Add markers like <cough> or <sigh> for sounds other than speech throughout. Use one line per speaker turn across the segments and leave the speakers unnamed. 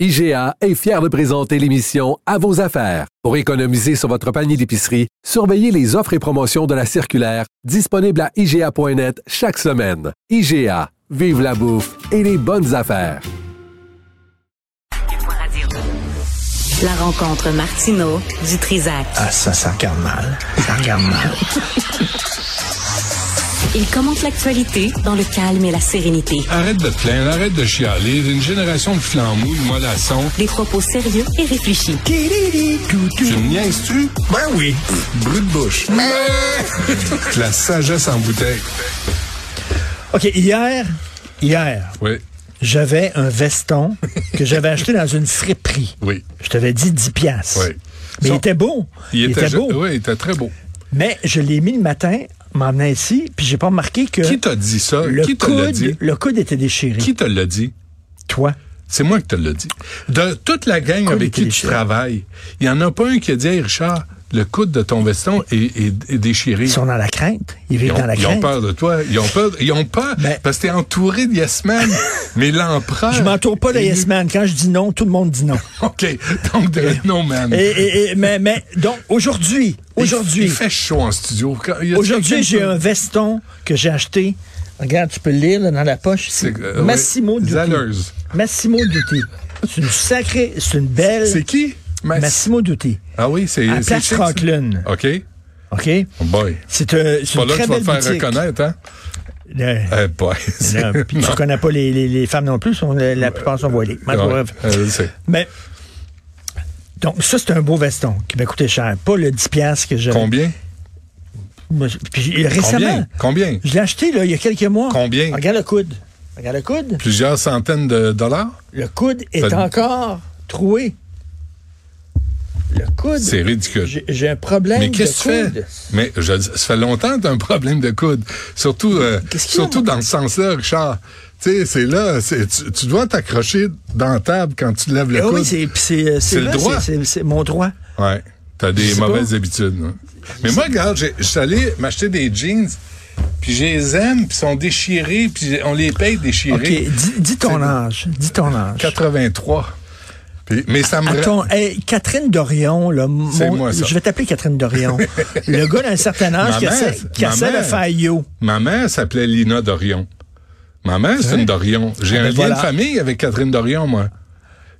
IGA est fier de présenter l'émission À vos affaires. Pour économiser sur votre panier d'épicerie, surveillez les offres et promotions de la circulaire disponible à IGA.net chaque semaine. IGA, vive la bouffe et les bonnes affaires.
La rencontre Martino du Trizac.
Ah, ça, ça regarde mal. Ça regarde mal.
Il commente l'actualité dans le calme et la sérénité.
Ah.
Arrête de te plaindre, arrête de chialer. Une génération de flambouilles, de mollassons.
Des propos sérieux et réfléchis.
Tu me niaises-tu?
Ben oui.
Brut de bouche. La sagesse en bouteille.
OK, hier, hier,
Oui,
j'avais un veston que j'avais acheté dans une friperie.
oui,
Je t'avais dit 10 piastres.
oui.
Mais
Ça,
il était beau. Il, était,
ju-
beau.
Oui, il était très beau.
Mais je l'ai mis le matin, m'en venant ici, puis j'ai pas remarqué que
Qui t'a dit ça?
Euh, le,
Qui te l'a dit?
coude, le coude était déchiré.
Qui te l'a dit?
Toi.
C'est moi qui te l'ai dit. De toute la gang
Coude
avec qui tu
déchiré.
travailles, il n'y en a pas un qui a dit, Hey, Richard, le coude de ton veston est, est- est déchiré.
Ils sont dans la crainte. Ils
Ils
vivent
ont,
dans la
ils ont
crainte.
peur de toi. Ils ont peur. Ils ont peur
Ben-
parce que t'es entouré de
<laughs>
yes men, mais l'empereur.
Je m'entoure pas de
est
Yes
nu.
Man. Quand je dis non, tout le monde dit
<laughs>
non.
OK. Donc, de no man.
Et- et- et- mais, mais, donc, aujourd'hui,
Il-
aujourd'hui,
Il fait chaud en studio. Quand- y a-t-il
Aujourd'hui,
quelqu'un-
j'ai un veston que j'ai acheté. Regarde, tu peux le lire là, dans la poche. ici.
C'est- euh,
Massimo
ouais.
Dutti.
Zellers.
Massimo Dutti. C'est une sacrée, c'est une belle.
C'est qui? Mass-
Massimo Dutti.
Ah oui, c'est.
À
c'est
Place
chic, ça.
Franklin.
OK.
OK?
Oh boy.
C'est euh, c'est
Pas
une
là que
très
tu vas
belle
te faire
boutique.
reconnaître, hein?
Le-
Eh
<laughs>
boy.
le-
C'est-
puis tu connais pas les, les- les femmes non plus, sont- la, la plupart sont voilées. Mais,
Ouais,
bref.
euh, je le sais.
Mais- donc, ça, c'est un beau veston qui m'a coûté cher. Pas le 10$ piastres que j'avais.
Combien?
Moi, Puis j'ai- récemment,
Combien? Combien?
je l'ai acheté là, il y a quelques mois.
Combien?
Regarde le coude. Regarde le coude.
Plusieurs centaines de dollars?
Le coude est
T'as-
encore troué. Le coude.
C'est ridicule.
J'ai- J'ai un problème
Mais
de
qu'est-ce que tu
coude.
fais? Mais je- ça fait longtemps que tu as un problème de coude. Surtout, euh,
Qu'est-ce qu'il y a,
surtout
moi?
dans le sens-là, Richard. Tu sais, c'est là, c'est- tu, tu dois t'accrocher dans la table quand tu lèves le
Ah
coude.
oui, c'est puis c'est euh,
C'est
c'est
le
vrai,
droit.
c'est- c'est- c'est mon droit.
Ouais. T'as
Je
des
sais
mauvaises
pas.
habitudes. hein. Mais moi, regarde, j'ai- je suis allé m'acheter des jeans, puis je les aime, puis ils sont déchirés, puis on les paye
OK,
déchirés.
dis, dis ton
C'est-
âge, dis ton âge.
83. Puis- mais ça me...
Attends, hey, Catherine Dorion, là, mon-
C'est moi, ça.
je vais t'appeler Catherine Dorion.
<laughs>
le gars d'un certain âge
Ma
qui
mère,
essaie, qui
ma
essaie de
mère.
faire yo.
Ma mère s'appelait Lina Dorion. Ma mère, c'est une Dorion. J'ai
Ah,
un
ben
lien
voilà.
de famille avec Catherine Dorion, moi.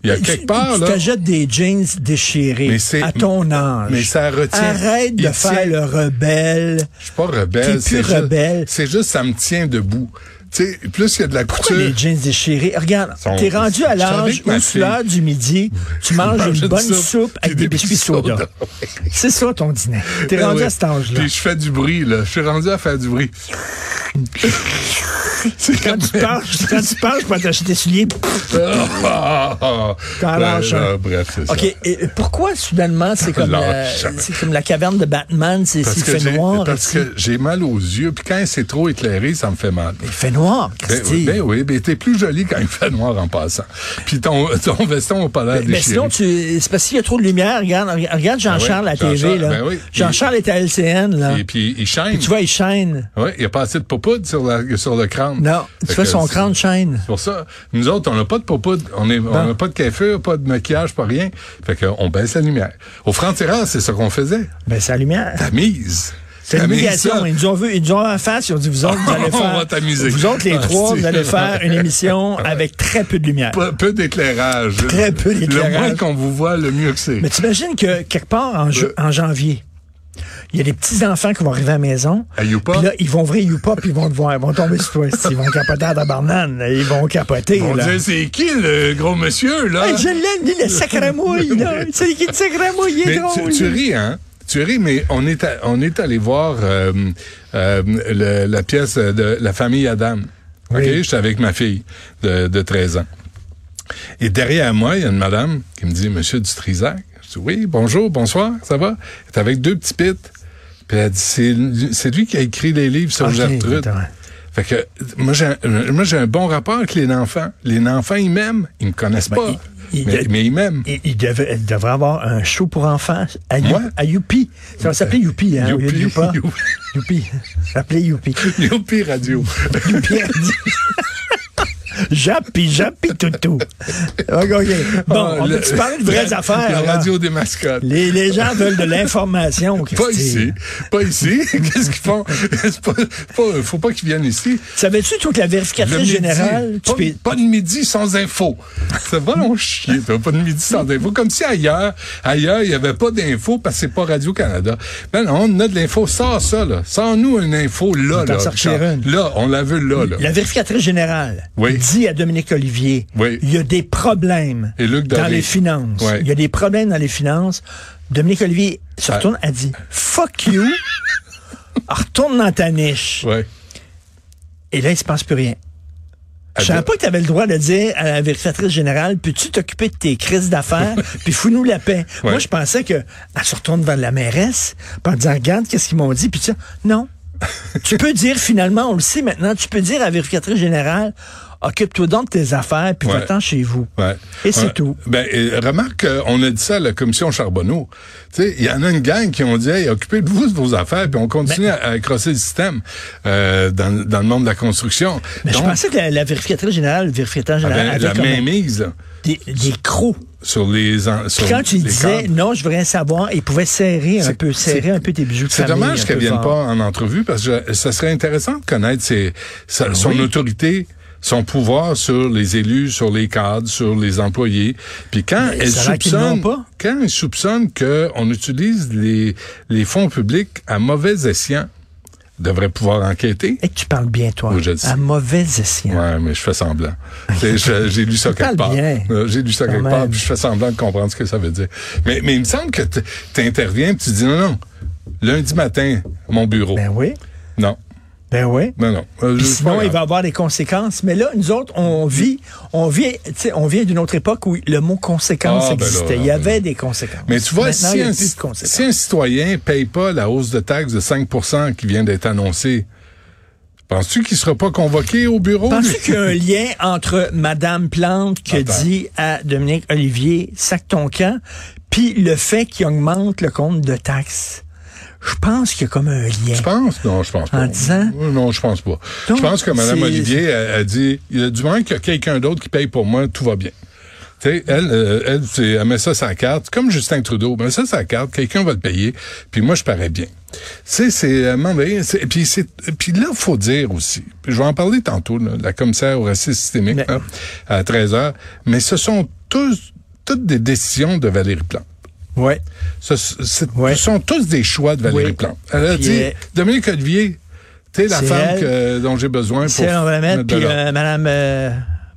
Il y a
Tu-
quelque part,
tu
là.
t'achètes des jeans déchirés
Mais c'est-
à ton âge.
mais ça retient-
Arrête de
il
faire
tient-
le rebelle.
Je suis pas rebelle.
T'es plus
c'est juste-
rebelle.
C'est juste, ça me tient debout. Tu sais, plus il y a de la
Pourquoi
couture.
les
<laughs>
jeans déchirés? Regarde,
Sont-
t'es rendu à
Je suis
l'âge
avec
où,
ma
sur l'heure du midi,
<laughs>
tu
mange
manges une
une
bonne
soupe
soupe
puis
avec des biscuits soda.
<laughs>
C'est ça ton dîner. T'es
Ben
rendu
ouais.
à cet âge-là.
Puis je fais du bruit, là. Je suis rendu à faire du bruit. C'est
Quand tu parles, quand tu parles, je vais t'acheter des souliers. T'en lâches un.
Ah! Ben Bref, c'est ça.
OK, et pourquoi soudainement c'est comme, la,
Lâche.
c'est comme la caverne de Batman, c'est
Parce
s'il
que,
fait
j'ai,
noir.
parce
ici.
que j'ai mal aux yeux, puis quand c'est trop éclairé, ça me fait mal.
Il fait noir,
Ben,
Christy.
ben oui, ben t'es plus joli quand il fait noir en passant. Puis ton, ton veston n'a pas l'air
Mais
déchiré.
Ben, sinon, tu, c'est parce qu'il y a trop de lumière. Regarde, regarde Jean-Charles
Ah
à la
oui,
TV.
Jean-Charles,
là.
ben oui.
Jean-Charles est à LCN. Là.
Et puis il
Puis
chaîne.
tu vois, il chaîne.
Ouais, il n'y a pas assez de popoudre sur, la- sur le crâne.
Non,
Fait
tu vois,
que
son
c'est-
crâne chaîne.
C'est pour ça. Nous autres, on n'a pas de popoudre. On
Ben.
n'a pas de coiffure, pas de maquillage, pas rien. Fait qu'on baisse la lumière. Au franc-tireur, c'est ce qu'on faisait.
Ben, c'est la lumière.
La mise.
C'est
La
une
mise,
négation.
Ah, ça. Ah,
Ils nous ont vu, ils nous ont en face, ils ont dit, vous autres, vous allez
On
faire.
va t'amuser.
Vous autres, les
Ah,
trois,
si.
vous allez faire une émission avec très peu de lumière.
Peu, peu d'éclairage.
Très peu d'éclairage.
Le moins qu'on vous voit, le mieux que c'est.
Mais t'imagines que quelque part en, ju- en janvier, Il y a des petits-enfants qui vont arriver à la maison.
À Youpa?
Puis là, ils vont ouvrir Youpa, puis ils vont te voir. Ils vont tomber sur toi. Ils vont capoter à la banane. Ils vont capoter.
On
là.
disait, c'est qui le gros monsieur, là?
Hey, je l'aime, lui, le sacramouille,
<laughs>
là. Tu sais, qui le sacramouille, il est
Mais
drôle.
tu, tu
lui.
ris, hein? Tu ris, mais on est, à- on est allé voir euh, euh, le- la pièce de La famille Adam. OK?
Oui.
J'étais avec ma fille de, de 13 ans. Et derrière moi, il y a une madame qui me dit Monsieur Dutrisac. Je dis Oui, bonjour, bonsoir, ça va? Elle est avec deux petits pites. Puis elle dit C'est lui- c'est lui qui a écrit les livres sur
Ok,
Gertrude.
attends.
Fait que moi j'ai un- moi, j'ai un bon rapport avec les enfants. Les enfants, ils m'aiment. Ils me connaissent pas.
Ben, il- il-
mais, mais ils m'aiment.
Il, il devait, elle devrait avoir un show pour enfants à, You-
Moi?
à Youpi. Ça s'appelait Youpi, hein? au lieu de
Youpi,
Youpa.
<laughs> Youpi.
Youpi. Ça s'appelait Youpi.
<laughs> Youpi Radio.
Youpi a dit. Jappi, Jappi, toutou. OK, OK. Bon,
Ah,
on
le-
peut-tu parler de vraies
la-
affaires?
La
là?
radio des mascottes.
Les, les gens veulent de l'information.
<laughs> Pas
Christy.
ici. Pas ici. <laughs> Qu'est-ce qu'ils font? C'est pas- pas- faut pas qu'ils viennent ici.
Savais-tu, toi, que la vérificatrice
Le midi.
générale, tu
Pas,
peux-
pas de midi sans info. Ça va non chier, toi, pas de midi sans info. Comme si ailleurs, ailleurs, il n'y avait pas d'info parce que c'est pas Radio-Canada. Ben non, on a de l'info. Sors ça, là. Sors-nous une info là,
On va
là.
t'en sortir
Richard.
une.
Là, on la veut là, là.
La vérificatrice générale
Oui.
dit à Dominique Olivier,
Oui.
il y a des problèmes
Et Luc
dans
Doré.
les finances.
Ouais. Ah.
Il y a des problèmes dans les finances. Dominique Olivier se retourne, elle dit, fuck you, Elle retourne dans ta niche.
Ouais.
Et là, il se passe plus rien. Je
Elle
savais
dit-
pas que tu avais le droit de dire à la vérificatrice générale, peux-tu t'occuper de tes crises
<laughs>
d'affaires, puis fous-nous la paix.
Ouais.
Moi, je pensais que elle se retourne vers la mairesse, puis en disant, regarde, qu'est-ce qu'ils m'ont dit, puis ça.
<laughs>
Non. tu peux dire finalement, on le sait maintenant, tu peux dire à la vérificatrice générale, occupe-toi donc de tes affaires, puis
Ouais.
va-t'en chez vous.
Ouais.
Et c'est
Ouais.
tout.
Ben, et remarque qu'on a dit ça à la commission Charbonneau. Tu sais, il y en a une gang qui ont dit, hey, occupez-vous de vos affaires, puis on continue
Ben
à, à crosser le système euh, dans, dans le monde de la construction.
Mais je
Donc,
pensais que la, la vérificatrice générale, le vérificateur
ah ben,
général,
la
avait comme
mainmise là,
des, des crocs.
sur les en- sur
Puis quand tu
les
disais,
cadres.
non, je veux rien savoir, il pouvait serrer un
C'est-
peu, serrer
c'est-
un peu tes bijoux de
C'est
famille, un
dommage qu'elle
peu
vienne
fort.
pas en entrevue parce que je- ça serait intéressant de connaître ses-
Ben
sa- son autorité, son pouvoir sur les élus, sur les cadres, sur les employés. Puis quand elle
ça a l'air qu'ils l'ont
soupçonne,
pas.
quand elle soupçonne que on utilise les les fonds publics à mauvais escient, elle devrait pouvoir enquêter.
Et que tu parles Eh bien, toi.
Oui, je le sais.
À mauvais escient.
Ouais, mais je fais semblant. C'est- je- J'ai lu ça quelque
Parle
part.
bien.
Euh, J'ai lu ça
Quand
quelque
même.
part, puis je fais semblant de comprendre ce que ça veut dire. Mais, mais il me semble que tu interviens, tu dis non, non. Lundi matin, mon bureau.
Ben oui.
Non,
Ben oui.
non, non. Euh,
Puis
c'est
sinon,
pas
il va
grave.
avoir des conséquences. Mais là, nous autres, on vit, on vit, tu sais, on vient d'une autre époque où le mot conséquence
Ah, ben là,
existait. il y
ben
avait des conséquences.
Mais tu vois,
Maintenant, il
si
y a
un,
plus de
si
conséquences.
un citoyen paye pas la hausse de taxe de 5 qui vient d'être annoncée, penses-tu qu'il sera pas convoqué au bureau?
Penses-tu
lui?
qu'il y a un lien entre Madame Plante qui a
Attends.
dit à Dominique Olivier, sac ton camp, puis le fait qu'il augmente le compte de taxes? Je pense qu'il y a comme un lien.
Je pense? Non, je pense pas. Euh,
En disant-
Non, je pense pas.
Non,
je pense que Mme
c'est-
Olivier a, a dit, il y a du moins qu'il y a quelqu'un d'autre qui paye pour moi, tout va bien. Tu sais, elle, euh, elle, c'est- elle met ça sa carte, comme Justin Trudeau, met ça sa carte, quelqu'un va le payer, puis moi, je parais bien. Tu sais, c'est... euh, m'en vais, c'est- Puis c'est- puis là, faut dire aussi, puis je vais en parler tantôt, là, la commissaire au racisme systémique,
Mais-
là, à 13h, mais ce sont tous, toutes des décisions de Valérie Plante.
Ouais.
Ce, ce-
Ouais.
ce sont tous des choix de Valérie
Oui.
Plante. Elle a
Puis,
dit,
euh,
Dominique Olivier, t'es la
c'est
femme
elle.
que- dont j'ai besoin pour
C'est on va la mettre,
de
puis
l'ordre.
euh, Madame... euh,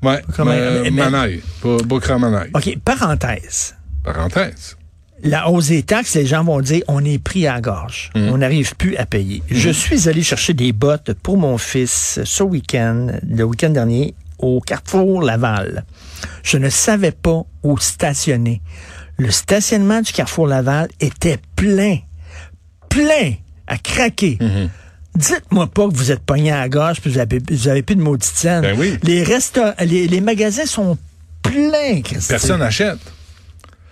Ouais,
comment-
ma-
mais-
Manaille, pour Bokra Manaille.
OK, parenthèse.
Parenthèse.
la hausse des taxes, les gens vont dire on est pris à la gorge.
Mhm.
On n'arrive plus à payer. Je suis allé chercher des bottes pour mon fils ce week-end, le week-end dernier, au Carrefour Laval. Je ne savais pas où stationner. Le stationnement du Carrefour Laval était plein. Plein à craquer.
Mhm.
Dites-moi pas que vous êtes pogné à la gorge puis vous avez, vous avez plus de maudite scène.
Ben oui.
Les, resta- les, les magasins sont pleins, Christine.
Personne n'achète.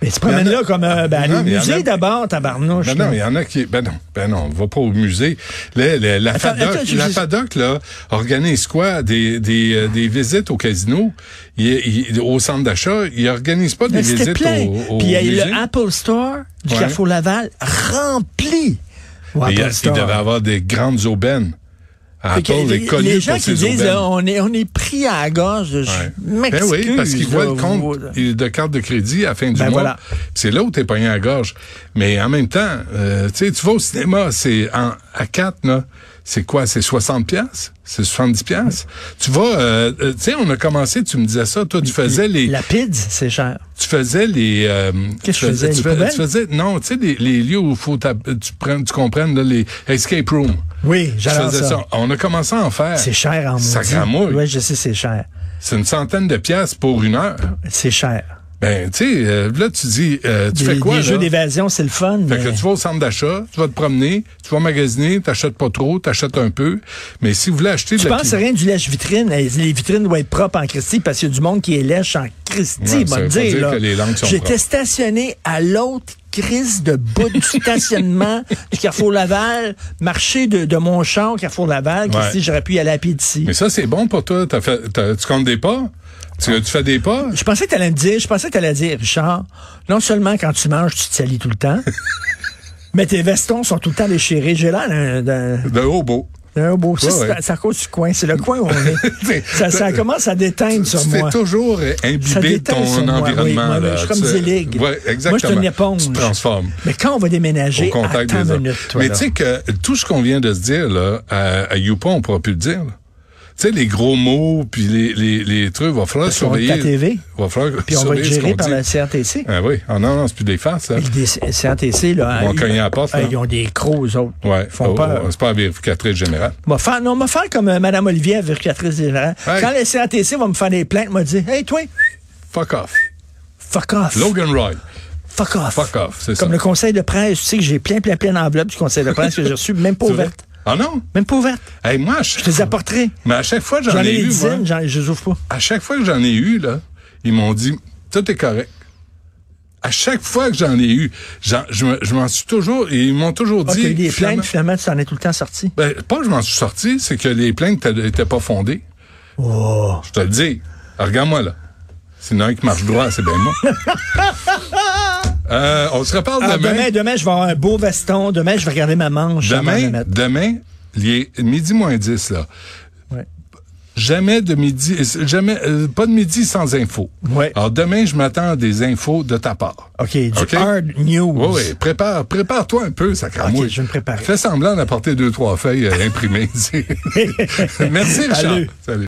Mais tu promènes
Il y en a-
là comme euh, ben,
Non,
aller
mais il y
au
en
musée
a-
d'abord, tabarnouche.
Ben
là.
non, il y en a qui... Ben non, ben non, on va pas au musée. La, la, la
Attends,
FADOC,
attends, je-
la
je-
FADOC, là, organise quoi? Des, des, euh, des visites au casino, il- il- au centre d'achat, ils organisent pas des
Mais C'était
visites
plein.
au, au
Puis il y a
musée.
le Apple Store du
Ouais.
Carrefour Laval rempli. au
Mais il y a-
Apple
il
Store.
devait avoir des grandes aubaines.
Fait
Apple
que les-
est connu
les
pour
gens qui
ses
disent
aubaines.
euh, on est, on est pris à la gorge, je
Ouais. Ben
m'excuse.
oui, parce qu'ils voient
là,
le compte
vous-
de carte de crédit à la fin du
Ben
mois.
voilà.
C'est là où t'es pogné à la gorge. Mais en même temps, euh, tu sais, tu vas au cinéma, c'est en, à 4, là. C'est quoi? C'est 60 piastres? C'est 70 piastres? Tu vas, euh, euh, tu sais, on a commencé, tu me disais ça, toi, tu faisais les,
La PIDS, c'est cher.
tu faisais les, euh,
Qu'est-ce
tu
que je faisais,
tu
les
fais-
poubelles?
tu faisais, non, tu sais, les, les lieux où faut t'ab- tu prends, tu comprennes, là, les escape rooms.
Oui,
Tu
j'adore
faisais
ça.
On a commencé à en faire.
C'est cher en maudit.
Ça gramouille.
Oui, je sais, c'est cher.
C'est une centaine de piastres pour une heure.
C'est cher.
Ben, tu sais, euh, là, tu dis, euh, tu
des,
fais quoi,
des
là?
jeux d'évasion, c'est le fun.
Fait que
mais-
tu vas au centre d'achat, tu vas te promener, tu vas magasiner, t'achètes pas trop, t'achètes un peu. Mais si vous voulez acheter de
Tu
la
penses
pi-
rien du lèche-vitrine. Eh, Les vitrines doivent être propres en Christie parce qu'il y a du monde qui est lèche en Christie,
Ouais,
va
ça
te
veut pas
dire.
dire
là.
que les langues sont
J'étais
propres.
stationné à l'autre crise de bout du
<laughs>
stationnement du Carrefour Laval, marché de, de mon champ au Carrefour Laval, Christie,
Ouais.
j'aurais pu y aller à pied d'ici.
Mais ça, c'est bon pour toi. T'as fait, t'as- tu comptes des pas? Tu, tu fais des pas?
Je pensais que t'allais me dire, je pensais que t'allais dire, Richard, non seulement quand tu manges, tu te salis tout le
<laughs>
temps, mais tes vestons sont tout le temps déchirés. J'ai l'air d'un- d'un
De hobo.
d'un beau. Ça,
Ouais,
c'est
ouais.
à- c'est à cause du coin. C'est le coin où on
<laughs>
est. ça, ça commence à déteindre sur
Tu
moi.
t'es toujours euh,
Ça
imbibé de
déteint
ton
sur moi, oui,
environnement.
moi,
là,
je suis
tu
comme
sais.
Zelig.
Ouais, exactement.
Moi, je suis une éponge.
Tu te transformes.
Mais quand on va
Au
déménager,
contact
attends
des
une
autres.
minute, toi,
Mais
là.
tu sais que tout ce qu'on vient de se dire, là, à, à Youpo, on pourra plus le dire. là. Tu sais, les gros mots, puis les, les, les trucs, va falloir
qu'on est
surveiller.
à TV,
va falloir
puis on va être
surveiller ce
géré
qu'on
par
dit.
la CRTC.
Ah oui. Ah non, non, c'est plus des farces, là.
Et des CRTC, là,
Ils vont
ils-
cogner à la porte,
ah,
là.
ils ont des crocs, eux autres.
Ouais.
Ils font
Oh,
peur.
oh, c'est pas la vérificatrice générale.
M'a faire, non, m'a faire comme euh, Mme Olivier, la vérificatrice générale.
Hey.
Quand la CRTC va me faire des plaintes, m'a dit Hey, toi,
Fuck off.
fuck off.
Logan Roy.
Fuck off.
Fuck off, c'est ça.
Comme le <laughs> conseil de presse, tu sais que j'ai plein, plein, plein d'enveloppes du conseil de presse que j'ai reçu,
<laughs>
même pas
C'est vrai?
ouverte.
Ah non?
Même pas ouverte.
Hey, moi, je,
Je te les apporterai.
mais à chaque fois que
J'en ai des
eu, moi,
dizaines, j'en- je les ouvre pas.
à chaque fois que j'en ai eu, là, ils m'ont dit, tout est correct. À chaque fois que j'en ai eu, j'en- je me- je m'en suis toujours, et ils m'ont toujours
Ah,
dit.
t'as eu des
finalement-
plaintes, finalement, tu t'en es tout le temps sorti.
Ben, pas que je m'en suis sorti, c'est que les plaintes n'étaient pas fondées.
Oh.
Je te le dis. Regarde-moi, là. C'est un qui marche droit, c'est
<laughs>
bien moi. Euh, on se reparle
Ah,
demain.
demain, demain, je vais avoir un beau veston. Demain, je vais regarder ma manche. avant de la
Demain,
mettre.
demain, il est midi moins 10, là.
Ouais.
Jamais de midi, euh, jamais, euh, pas de midi sans info.
Ouais.
Alors demain, je m'attends à des infos de ta part.
OK, du
OK?
hard news.
Oui, oui. Prépare, prépare-toi un peu, ça cramouille.
Ok, je vais me préparer. <laughs>
<laughs> Fais semblant d'apporter deux, trois feuilles euh, imprimées. Merci, Richard.
Salut.
Salut.